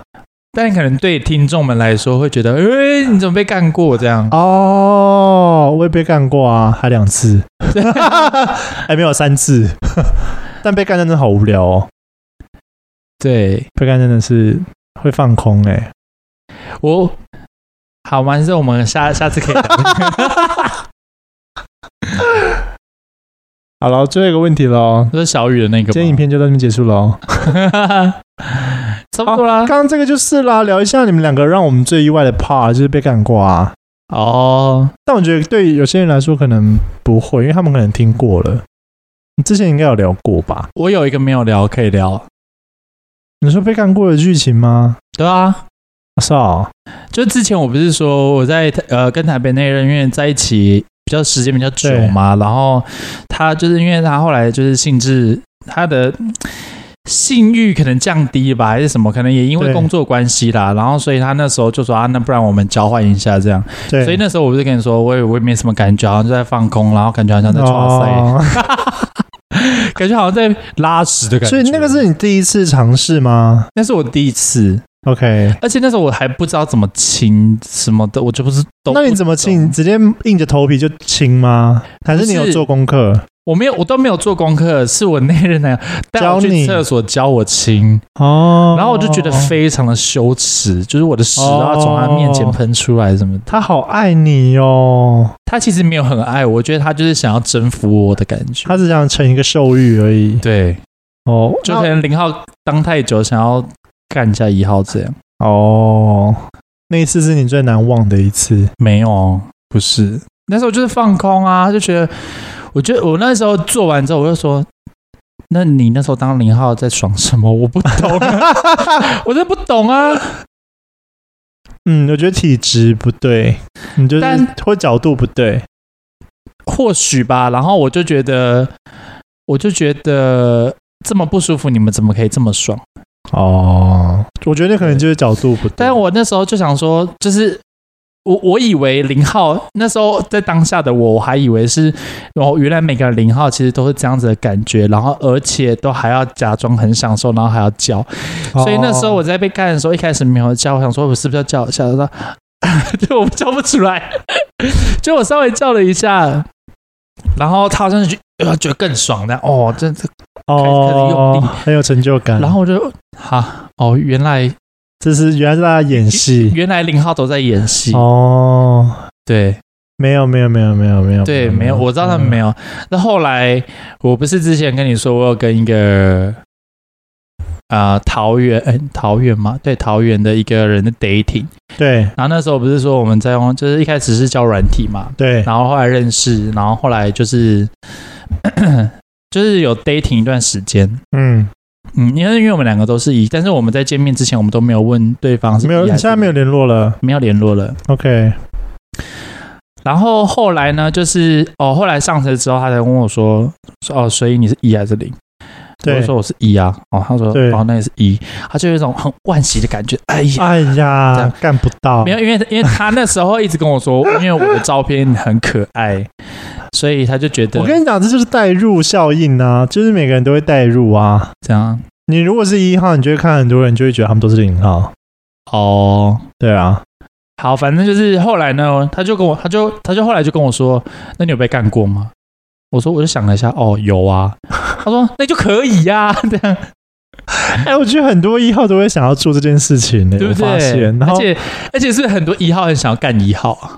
S2: 但可能对听众们来说会觉得，哎、你怎么被干过这样？
S1: 哦，我也被干过啊，还两 次，还没有三次， 但被干真的好无聊哦，
S2: 对
S1: 被干真的是会放空哎、
S2: 我，哦好吗？这我们下下次可以聊。
S1: 好了，最后一个问题喽，
S2: 这是小雨的那个
S1: 今天影
S2: 吗，
S1: 片就到这边结束喽。
S2: 差不多啦
S1: 刚。刚这个就是啦，聊一下你们两个让我们最意外的 part 就是被干过啊。
S2: 哦，
S1: 但我觉得对有些人来说可能不会，因为他们可能听过了。你之前应该有聊过吧？
S2: 我有一个没有聊，可以聊。
S1: 你说被干过的剧情吗？
S2: 对啊，
S1: 啊是啊，
S2: 就之前我不是说我在呃跟台北那任院在一起比较时间比较久嘛，然后他就是因为他后来就是性质他的嗯性欲可能降低吧，还是什么，可能也因为
S1: 对
S2: 工作关系啦，然后所以他那时候就说啊，那不然我们交换一下这样，
S1: 对，
S2: 所以那时候我就跟你说，我也我也没什么感觉，好像就在放空，然后感觉好像在抓塞，
S1: 哦
S2: 感觉好像在拉屎的感觉，
S1: 所以那个是你第一次尝试吗
S2: 那是我第一次，
S1: ？OK，
S2: 而且那时候我还不知道怎么亲什么的，我就不是都
S1: 那你
S2: 不
S1: 怎么
S2: 懂
S1: 亲？你直接硬着头皮就亲吗？还是你有
S2: 不是
S1: 做功课？
S2: 我没有，我都没有做功课，是我那任男友带我
S1: 教你
S2: 去厕所教我亲，
S1: 哦，
S2: 然后我就觉得非常的羞耻，就是我的屎
S1: 哦
S2: 要从他面前喷出来什么的。
S1: 他好爱你哦，
S2: 他其实没有很爱我，我觉得他就是想要征服我的感觉。
S1: 他只想成一个兽欲而已。
S2: 对，
S1: 哦，
S2: 就
S1: 那
S2: 可能零号当太久，想要干一下一号这样。
S1: 哦，那一次是你最难忘的一次。
S2: 没有，不是，那时候就是放空啊，就觉得，我觉得我那时候做完之后，我就说。那你那时候当零号在爽什么？我不懂、啊我真的不懂啊！
S1: 嗯，我觉得体质不对，你就是
S2: 但
S1: 或角度不对。
S2: 或许吧。然后我就觉得，我就觉得这么不舒服，你们怎么可以这么爽？
S1: 哦，我觉得可能就是角度不对。
S2: 但啊我那时候就想说，就是我我以为零号那时候在当下的我，我还以为是哦，原来每个零号其实都是这样子的感觉，然后而且都还要假装很享受，然后还要叫。
S1: 哦，
S2: 所以那时候我在被干的时候，一开始没有叫，我想说我是不是要叫一下？他 说，对，我叫不出来， 就我稍微叫了一下，然后他好像就呃觉得更爽的哦，这这，开始用力
S1: 哦，很有成就感。
S2: 然后我就哈哦，原来
S1: 这是原来是他在演戏
S2: 原来零号都在演戏，
S1: 哦，
S2: 对，
S1: 没有没有没有没有没有，
S2: 对，没有，我知道他们没
S1: 嗯
S2: 有。那、后来我不是之前跟你说，我有跟一个啊、呃桃园，哎、桃园嘛，对，桃园的一个人的 dating。
S1: 对
S2: 然后那时候不是说我们在用，就是一开始是教软体嘛，
S1: 对
S2: 然后后来认识，然后后来就是 咳咳就是有 dating 一段时间。
S1: 嗯，
S2: 嗯，因为因为我们两个都是一，但是我们在见面之前，我们都没有问对方是
S1: 没有，
S2: 一
S1: 你
S2: 还是
S1: 现在没有联络了
S2: 没有联络了。
S1: ，OK，
S2: 然后后来呢，就是哦，后来上车之后，他才问我说，说哦，所以你是一还是零？我
S1: 对
S2: 就，说我是一啊。哦，他说
S1: 对
S2: 哦，那也是一，他就有一种很惋惜的感觉。哎呀，
S1: 哎
S2: 这
S1: 呀
S2: 样，
S1: 干不到，
S2: 没有，因为因为他那时候一直跟我说，因为我的照片很可爱，所以他就觉得
S1: 我跟你讲，这就是代入效应啊，就是每个人都会代入啊。
S2: 这样
S1: 你如果是一号，你就会看很多人就会觉得他们都是零号，
S2: 哦。
S1: 对啊，
S2: 好，反正就是后来呢，他就跟我，他就他就后来就跟我说，那你有被干过吗？我说我就想了一下，哦，有啊。他说 那就可以啊呀、 这样
S1: 哎、我觉得很多一号都会想要做这件事情呢、
S2: 对不
S1: 我发
S2: 对？
S1: 现，然
S2: 而
S1: 后
S2: 且而且是不是很多一号很想要干一号啊，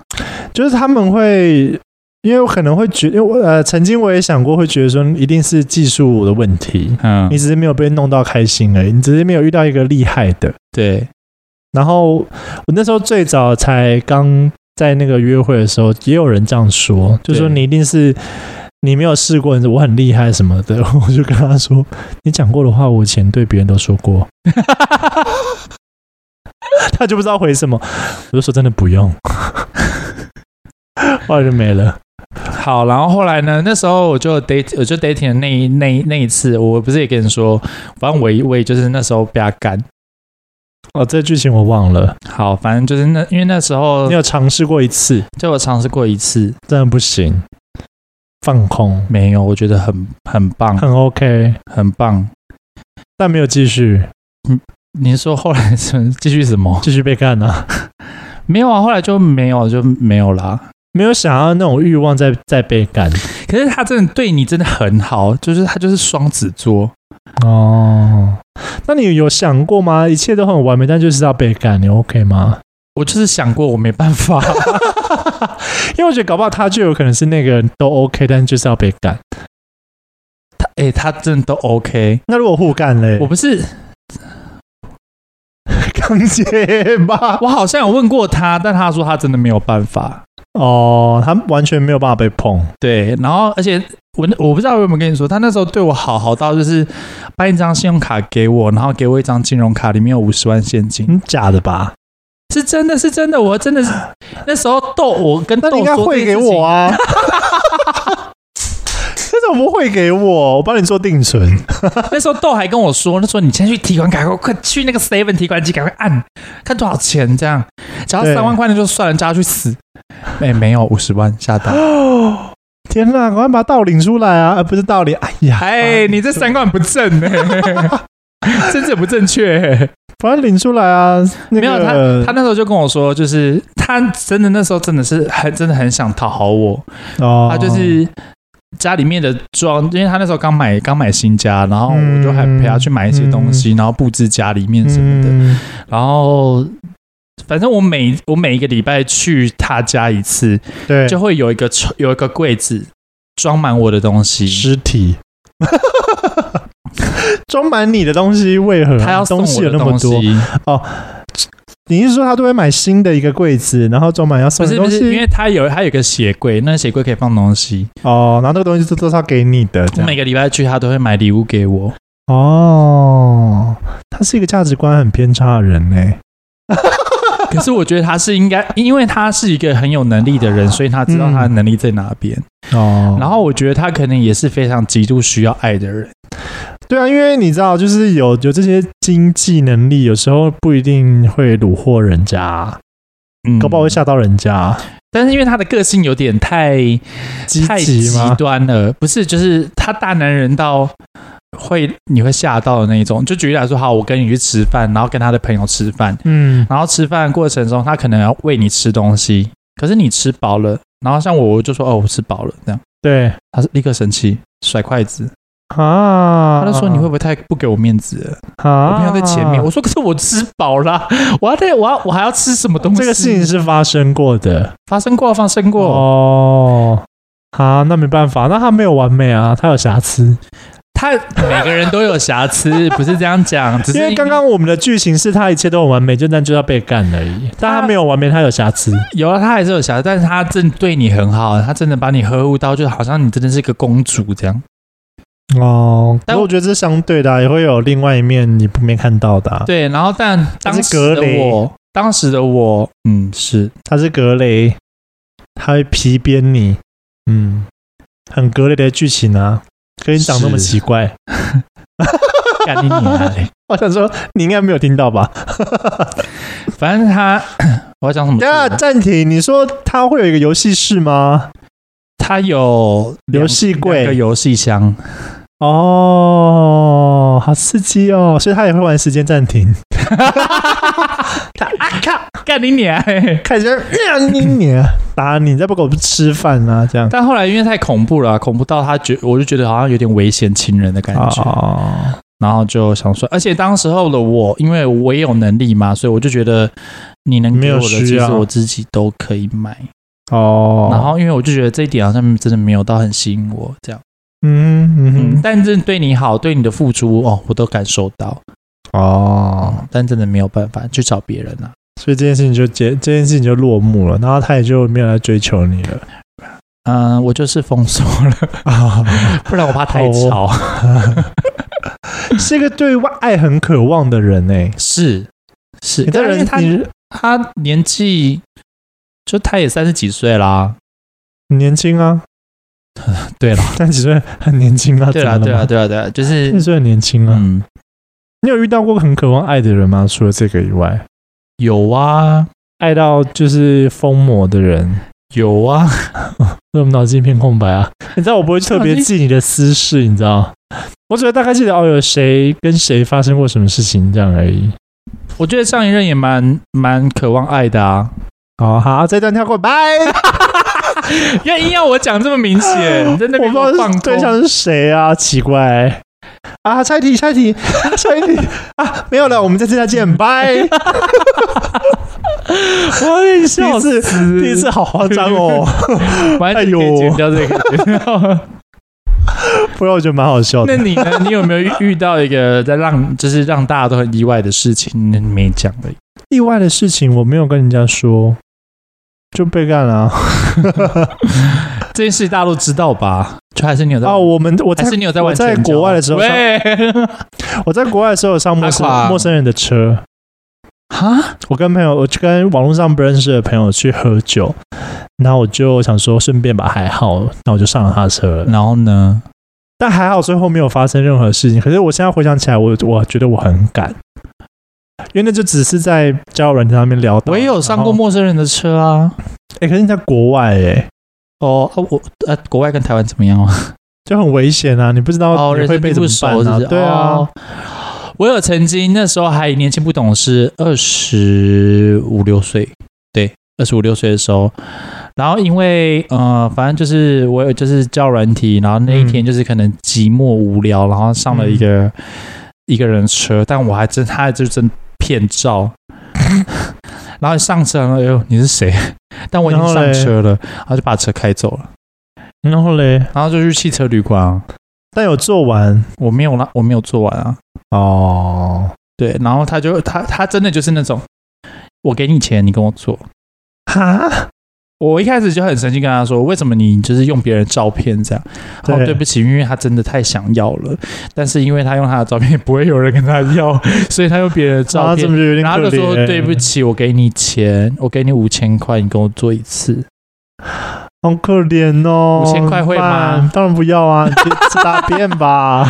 S1: 就是他们会，因为我可能会觉因为我呃，曾经我也想过，会觉得说一定是技术的问题，
S2: 嗯
S1: 你，只是没有被弄到开心而已，你只是没有遇到一个厉害的。
S2: 对，
S1: 然后我那时候最早才刚在那个约会的时候，也有人这样说，就说
S2: 对
S1: 你一定是你没有试过，我很厉害什么的。 我就跟他说，你讲过的话，我以前对别人都说过， 他就不知道回什么，我就说真的不用，后来就没了。
S2: 好，然后后来呢？那时候我就 date，我就 dating 的那一那一那一次，我不是也跟你说，反正我也我也就是那时候被他干。
S1: 哦，这剧情我忘了，
S2: 好，反正就是那因为那时候
S1: 你有尝试过一次，
S2: 就我尝试过一次，
S1: 真的不行，放空
S2: 没有，我觉得很很棒，
S1: 很 OK，
S2: 很棒。
S1: 但没有继续
S2: 你说后来是继续什么？
S1: 继续被干啊。
S2: 没有啊，后来就没有就没有啦。
S1: 没有想要那种欲望在在被干
S2: 可是他真的对你真的很好，就是他就是双子座，
S1: 哦。那你有想过吗？一切都很完美，但就是要被干，你 OK 吗？
S2: 我就是想过我没办法，
S1: 因为我觉得搞不好他就有可能是那个都 OK，但就是要被干。
S2: 哎、他真的都 OK，
S1: 那如果互干嘞
S2: 我？不是
S1: 刚结吧？
S2: 我好像有问过他，但他说他真的没有办法。
S1: 哦，他完全没有办法被碰。
S2: 对，然后而且我那我不知道我有没有跟你说，他那时候对我好好到就是办一张信用卡给我，然后给我一张金融卡，里面有五十万现金，
S1: 嗯，假的吧？
S2: 是真的是真的，我 真的是那时候豆我跟
S1: 那
S2: 豆
S1: 你应该
S2: 说这
S1: 汇
S2: 件
S1: 给
S2: 事情
S1: 我， 啊！这种不汇给我，我帮你做定存。
S2: 那时候豆还跟我说，那时候你先去提款卡，快去那个 seven 提款机赶快按，看多少钱这样，只要
S1: 对
S2: 三万块那就算了，叫他去死。哎、没有五十万，吓到！
S1: 天哪，赶快把道领出来啊！而不是道理，哎呀，
S2: 哎，你这三观不正呢、 政治不正确、
S1: 把它领出来啊！那个、
S2: 没有他，他那时候就跟我说，就是他真的那时候真的是很真的很想讨好我，
S1: 哦，
S2: 他就是家里面的装，因为他那时候刚买刚买新家，然后我就还陪他去买一些东西，然后布置家里面什么的，
S1: 嗯
S2: 然后。反正我每我每一个礼拜去他家一次，
S1: 对，
S2: 就会有一个有一个柜子装满我的东西。
S1: 尸体， 装满你的东西为何啊？
S2: 他要送
S1: 东西
S2: 我
S1: 有
S2: 的
S1: 那么
S2: 东
S1: 多，
S2: 西，
S1: 你是说他都会买新的一个柜子，然后装满要
S2: 不
S1: 送的
S2: 是
S1: 东
S2: 不
S1: 西？
S2: 是，因为他有他有一个鞋柜，那鞋柜可以放东西。
S1: 哦，然后那个东西都都是要给你的，这
S2: 我
S1: 样
S2: 每个礼拜去，他都会买礼物给我。
S1: 哦，他是一个价值观很偏差的人呢、
S2: 可是我觉得他是应该，因为他是一个很有能力的人，所以他知道他的能力在哪边。
S1: 哦，
S2: 然后我觉得他可能也是非常极度需要爱的人。
S1: 对啊，因为你知道，就是有有这些经济能力，有时候不一定会虏获人家，
S2: 嗯
S1: 搞不好会吓到人家，
S2: 但是因为他的个性有点太
S1: 积
S2: 嗯太极
S1: 极吗？
S2: 端了，不是，就是他大男人到会你会吓到的那一种。就举例来说，好，我跟你去吃饭，然后跟他的朋友吃饭，
S1: 嗯，
S2: 然后吃饭过程中，他可能要喂你吃东西，可是你吃饱了，然后像我，我就说哦，我吃饱了，这样，
S1: 对，
S2: 他是立刻生气，甩筷子，
S1: 啊，
S2: 他就说你会不会太不给我面子了？
S1: 啊，
S2: 我平常在前面，我说可是我吃饱啦，我要在我要我还要吃什么东西？
S1: 这个事情是发生过的
S2: 发生过，发生过。
S1: 哦。啊，那没办法，那他没有完美啊，他有瑕疵。
S2: 他每个人都有瑕疵，不是这样讲，只是
S1: 因为刚刚我们的剧情是他一切都很完美，就但就要被干而已。但他没有完美，他有瑕疵。
S2: 有啊，他还是有瑕疵，但是他真的对你很好，他真的把你呵护到，就好像你真的是个公主这样。
S1: 哦，
S2: 但
S1: 但我觉得这相对的啊、也会有另外一面你没看到的、啊。
S2: 对，然后但当
S1: 是
S2: 时
S1: 格
S2: 的
S1: 雷
S2: 我，当时的我，嗯，是
S1: 他是格雷，他会皮鞭你，嗯，很格雷的剧情啊，跟你讲那么
S2: 是
S1: 奇怪。
S2: 干你娘嘞！
S1: 我想说，你应该没有听到吧？
S2: 反正他，我要讲什么啊
S1: 等一下
S2: 事呢？
S1: 暂停，你说他会有一个游戏室吗？
S2: 他有
S1: 游戏
S2: 两个
S1: 柜
S2: 游戏箱，
S1: 哦，好刺激哦！所以他也会玩时间暂 停，
S2: 他啊靠，干你娘嘞！
S1: 看起来呃你你打你，再不给我吃饭啊，这样。
S2: 但后来因为太恐怖了，啊恐怖到他觉，我就觉得好像有点危险情人的感觉。
S1: 哦，
S2: 然后就想说，而且当时候的我，因为我也有能力嘛，所以我就觉得你能
S1: 没
S2: 给
S1: 有
S2: 我的，其
S1: 需
S2: 实
S1: 要
S2: 我自己都可以买。
S1: 哦，
S2: 然，后因为我就觉得这一点好像真的没有到很吸引我这样，
S1: 嗯
S2: 嗯，
S1: 嗯，
S2: 但真的对你好，对你的付出哦，我都感受到
S1: 哦，
S2: 哦，但真的没有办法去找别人啊。
S1: 所以这件事情就结，这件事情就落幕了，然后他也就没有来追求你 了。
S2: 嗯、我就是封锁了，
S1: 啊，
S2: 不然我怕太
S1: 哦
S2: 吵。
S1: 是一个对外爱很渴望的人哎、
S2: 是是，
S1: 你这
S2: 但因为
S1: 人
S2: 他
S1: 你
S2: 他年纪就他也三十几岁啦，
S1: 你年轻啊，
S2: 对 啦，
S1: 三十几岁很年轻啊，
S2: 对
S1: 怎么
S2: 啦，
S1: 了
S2: 对啦，
S1: 吗，
S2: 对啦，对啦，就
S1: 三十
S2: 是
S1: 岁很年轻啊。
S2: 嗯，
S1: 你有遇到过很渴望爱的人吗？除了这个以外，
S2: 有啊，
S1: 爱到就是疯魔的人，
S2: 有啊，
S1: 所以我们脑筋一片空白啊。 你知道我不会特别记你的私事，你知道，我只会大概记得哦，有谁跟谁发生过什么事情这样而已。
S2: 我觉得上一任也蛮蛮渴望爱的 啊，
S1: 哦好好，这段跳过，拜。
S2: 要硬要我讲这么明显，你在那
S1: 我
S2: 边
S1: 不
S2: 给
S1: 知道
S2: 放
S1: 是
S2: 空
S1: 对象是谁啊，奇怪、啊，下一题，下一题，下一题啊，没有了，我们再次再见， 拜。第
S2: 我很
S1: 一次， 第一次好夸张 哦，
S2: 完全可
S1: 哎
S2: 以
S1: 呦
S2: 剪掉这个剪掉。
S1: 不然我觉得蛮好笑
S2: 那
S1: 的。
S2: 你呢？你有没有遇遇到一个在让就是让大家都很意外的事情？你没讲的，
S1: 意外的事情我没有跟人家说，就被干了啊
S2: 这件事大家都知道吧？就还是你有在
S1: 啊！我们我
S2: 还
S1: 在
S2: 是你有在玩
S1: 我在
S2: 拳脚
S1: 国外的时候上，
S2: 喂，
S1: 我在国外的时候有上陌生
S2: 阿垮
S1: 陌生人的车，
S2: 哈，
S1: 我跟朋友，我去跟网络上不认识的朋友去喝酒，然后我就想说顺便吧，还好，那我就上了他的车了。
S2: 然后呢？
S1: 但还好最后没有发生任何事情。可是我现在回想起来，我我觉得我很赶，因为那就只是在交友软件上面聊到。
S2: 我也有上过陌生人的车啊。
S1: 哎、诶可是你在国外哎、诶
S2: 哦，啊我呃，国外跟台湾怎么样啊？
S1: 就很危险啊！你不知道
S2: 哦，
S1: 你
S2: 人
S1: 会
S2: 生
S1: 被
S2: 地
S1: 怎
S2: 不
S1: 么
S2: 熟
S1: 办
S2: 是
S1: 啊？
S2: 不是？
S1: 对啊
S2: 哦，。我有曾经那时候还年轻不懂事，二十五六岁，对，二十五六岁的时候，然后因为呃，反正就是我有就是教软体，然后那一天就是可能寂寞无聊，然后上了一个、
S1: 嗯
S2: 一个人车，但我还真他还就真骗照， 然后上车了，哎呦你是谁？但我已经
S1: 然后
S2: 上
S1: 嘞
S2: 车了，然后就把车开走了，
S1: 然后嘞，
S2: 然后就去汽车旅馆啊，
S1: 但有做完
S2: 我没有啦，我没有做完啊。
S1: 哦，
S2: 对，然后他就他他真的就是那种，我给你钱，你跟我做。
S1: 哈，
S2: 我一开始就很生气，跟他说，为什么你就是用别人照片这样？哦，对不起，因为他真的太想要了，但是因为他用他的照片，不会有人跟他要，所以他用别人的照
S1: 啊，
S2: 片
S1: 这。么就有点
S2: 然后他
S1: 可
S2: 就说：“
S1: 怜，
S2: 对不，起，我给你钱，我给你五千块，你跟我做一次。
S1: 好可怜哦，
S2: 5000块会吗
S1: 办当然不要 啊，去吃大便吧，”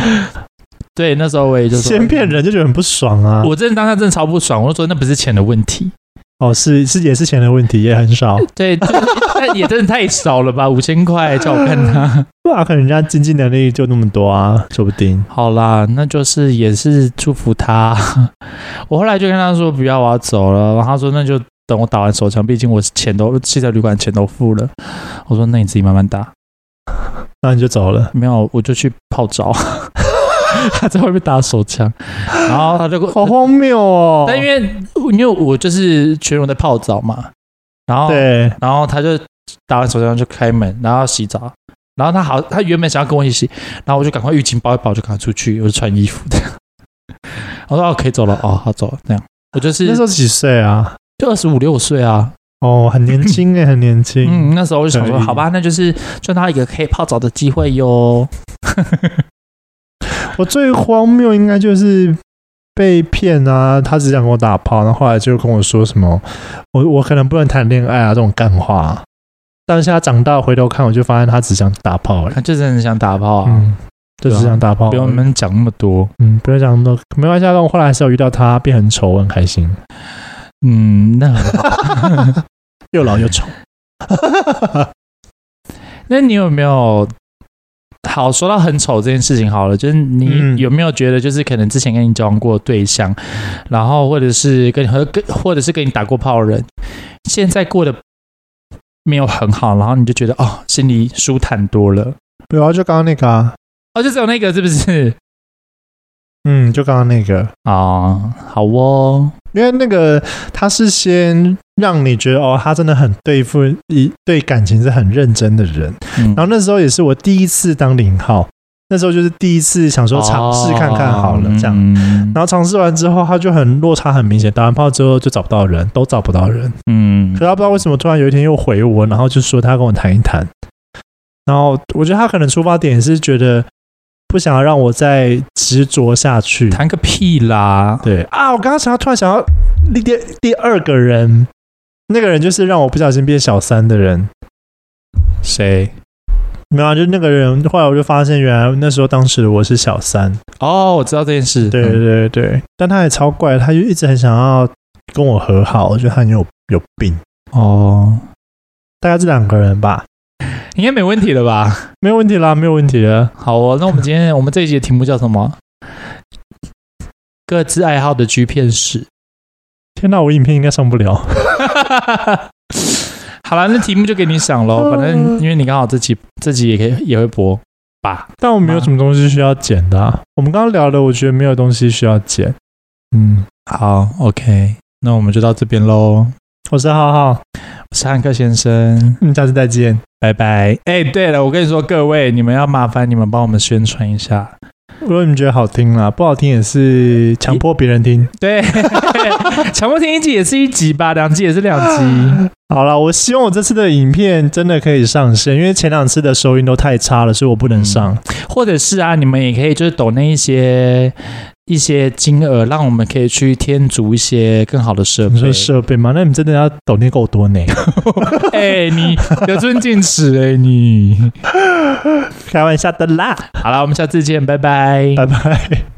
S2: 对，那时候我也就说
S1: 先骗。人就觉得很不爽啊。
S2: 我真的当下真的超不爽，我就说那不是钱的问题，
S1: 哦，是是也是钱的问题，也很少。
S2: 对，就是 但也真的太少了吧，五千块叫我看他。
S1: 不然可能人家经济能力就那么多啊，说不定。
S2: 好啦，那就是也是祝福他。 我后来就跟他说不要，我要走了。然后他说那就等我打完手枪，毕竟我钱都汽车旅馆钱都付了。我说那你自己慢慢打。
S1: 然后你就走了。
S2: 没有，我就去泡澡， 他在外面打手枪，然后他就 跟
S1: 好荒谬哦！
S2: 但因为因为我就是全裸在泡澡嘛，然后
S1: 对，
S2: 然后他就打完手枪就开门，然后洗澡，然后他好，他原本想要跟我一起洗，然后我就赶快浴巾包一包，就赶快出去，我就穿衣服这样。 我说哦，可以走了，哦，好走了，这样。我就是
S1: 那时候几岁啊？
S2: 就二十五六岁啊，
S1: 哦，很年轻哎，很年轻。
S2: 嗯，那时候我就想说，
S1: 可以
S2: 好吧，那就是赚到一个可以泡澡的机会哟。
S1: 嗯 我最荒谬应该就是被骗啊，他只想跟我打炮，然后后来就跟我说什么，我我可能不能谈恋爱啊这种干话。但是他长大回头看，我就发现他只想打炮了。
S2: 他就真的想打炮啊，
S1: 嗯，就只想打炮而已。
S2: 不用你们讲那么多。
S1: 嗯，不用讲那么多，没关系啊。但我后来还是有遇到他，变很丑，我很开心，
S2: 嗯，那很好
S1: 又老又丑。
S2: 那你有没有？好，说到很丑这件事情好了，就是
S1: 嗯
S2: 你有没有觉得，就是可能之前跟你交往过的对象，然后或者是跟你和跟或者是跟你打过炮的人，现在过得没有很好，然后你就觉得哦，心里舒坦多了。
S1: 对啊，就刚刚那个啊，
S2: 哦，就只有那个是不是？
S1: 嗯，就刚刚那个，
S2: 哦，好哦，
S1: 因为那个他是先让你觉得哦，他真的很对付一对感情是很认真的人。
S2: 嗯
S1: 然后那时候也是我第一次当零号，那时候就是第一次想说尝试看看好
S2: 哦嗯
S1: 了、这样。
S2: 样
S1: 然后尝试完之后，他就很落差很明显，打完炮之后就找不到人，都找不到人。
S2: 嗯
S1: 可是他不知道为什么突然有一天又回我，然后就说他要跟我谈一谈。然后我觉得他可能出发点也是觉得不想要让我再执着下去。
S2: 谈个屁啦！
S1: 对啊，我刚刚想要突然想要第第第二个人，那个人就是让我不小心变小三的人。
S2: 谁？
S1: 没有啊，就那个人，后来我就发现，原来那时候当时的我是小三。
S2: 哦，我知道这件事。
S1: 对
S2: 嗯
S1: 对对对，但他也超怪，他就一直很想要跟我和好，我觉得他很有有病。
S2: 哦，
S1: 大概这两个人吧，
S2: 应该没问题了吧？
S1: 没有问题啦，没有问题了。
S2: 好哦，那我们今天我们这一集的题目叫什么？各自爱好的 G 片史。
S1: 天哪，我影片应该上不了。
S2: 好了，那题目就给你想喽。反正因为你刚好这集这集也可以也会播吧。
S1: 但我没有什么东西需要剪的、啊。我们刚刚聊的，我觉得没有东西需要剪。嗯，
S2: 好，OK，那我们就到这边喽。
S1: 我是浩浩，
S2: 我是汉克先生。
S1: 嗯，下次再见。
S2: 拜拜。哎、对了，我跟你说，各位，你们要麻烦你们帮我们宣传一下。
S1: 如果你们觉得好听啦，不好听也是强迫别人听。
S2: 对， 强迫听一集也是一集吧，两集也是两集。
S1: 好啦，我希望我这次的影片真的可以上线，因为前两次的收音都太差了，所以我不能上。
S2: 或者是啊，你们也可以就是抖那一些一些金额，让我们可以去添足一些更好的设
S1: 你说。
S2: 备
S1: 设备吗？那你们真的要抖那够多呢？
S2: 哎、你得寸进尺哎、你。
S1: 开玩笑的啦，
S2: 好了，我们下次见，拜拜。
S1: 拜拜。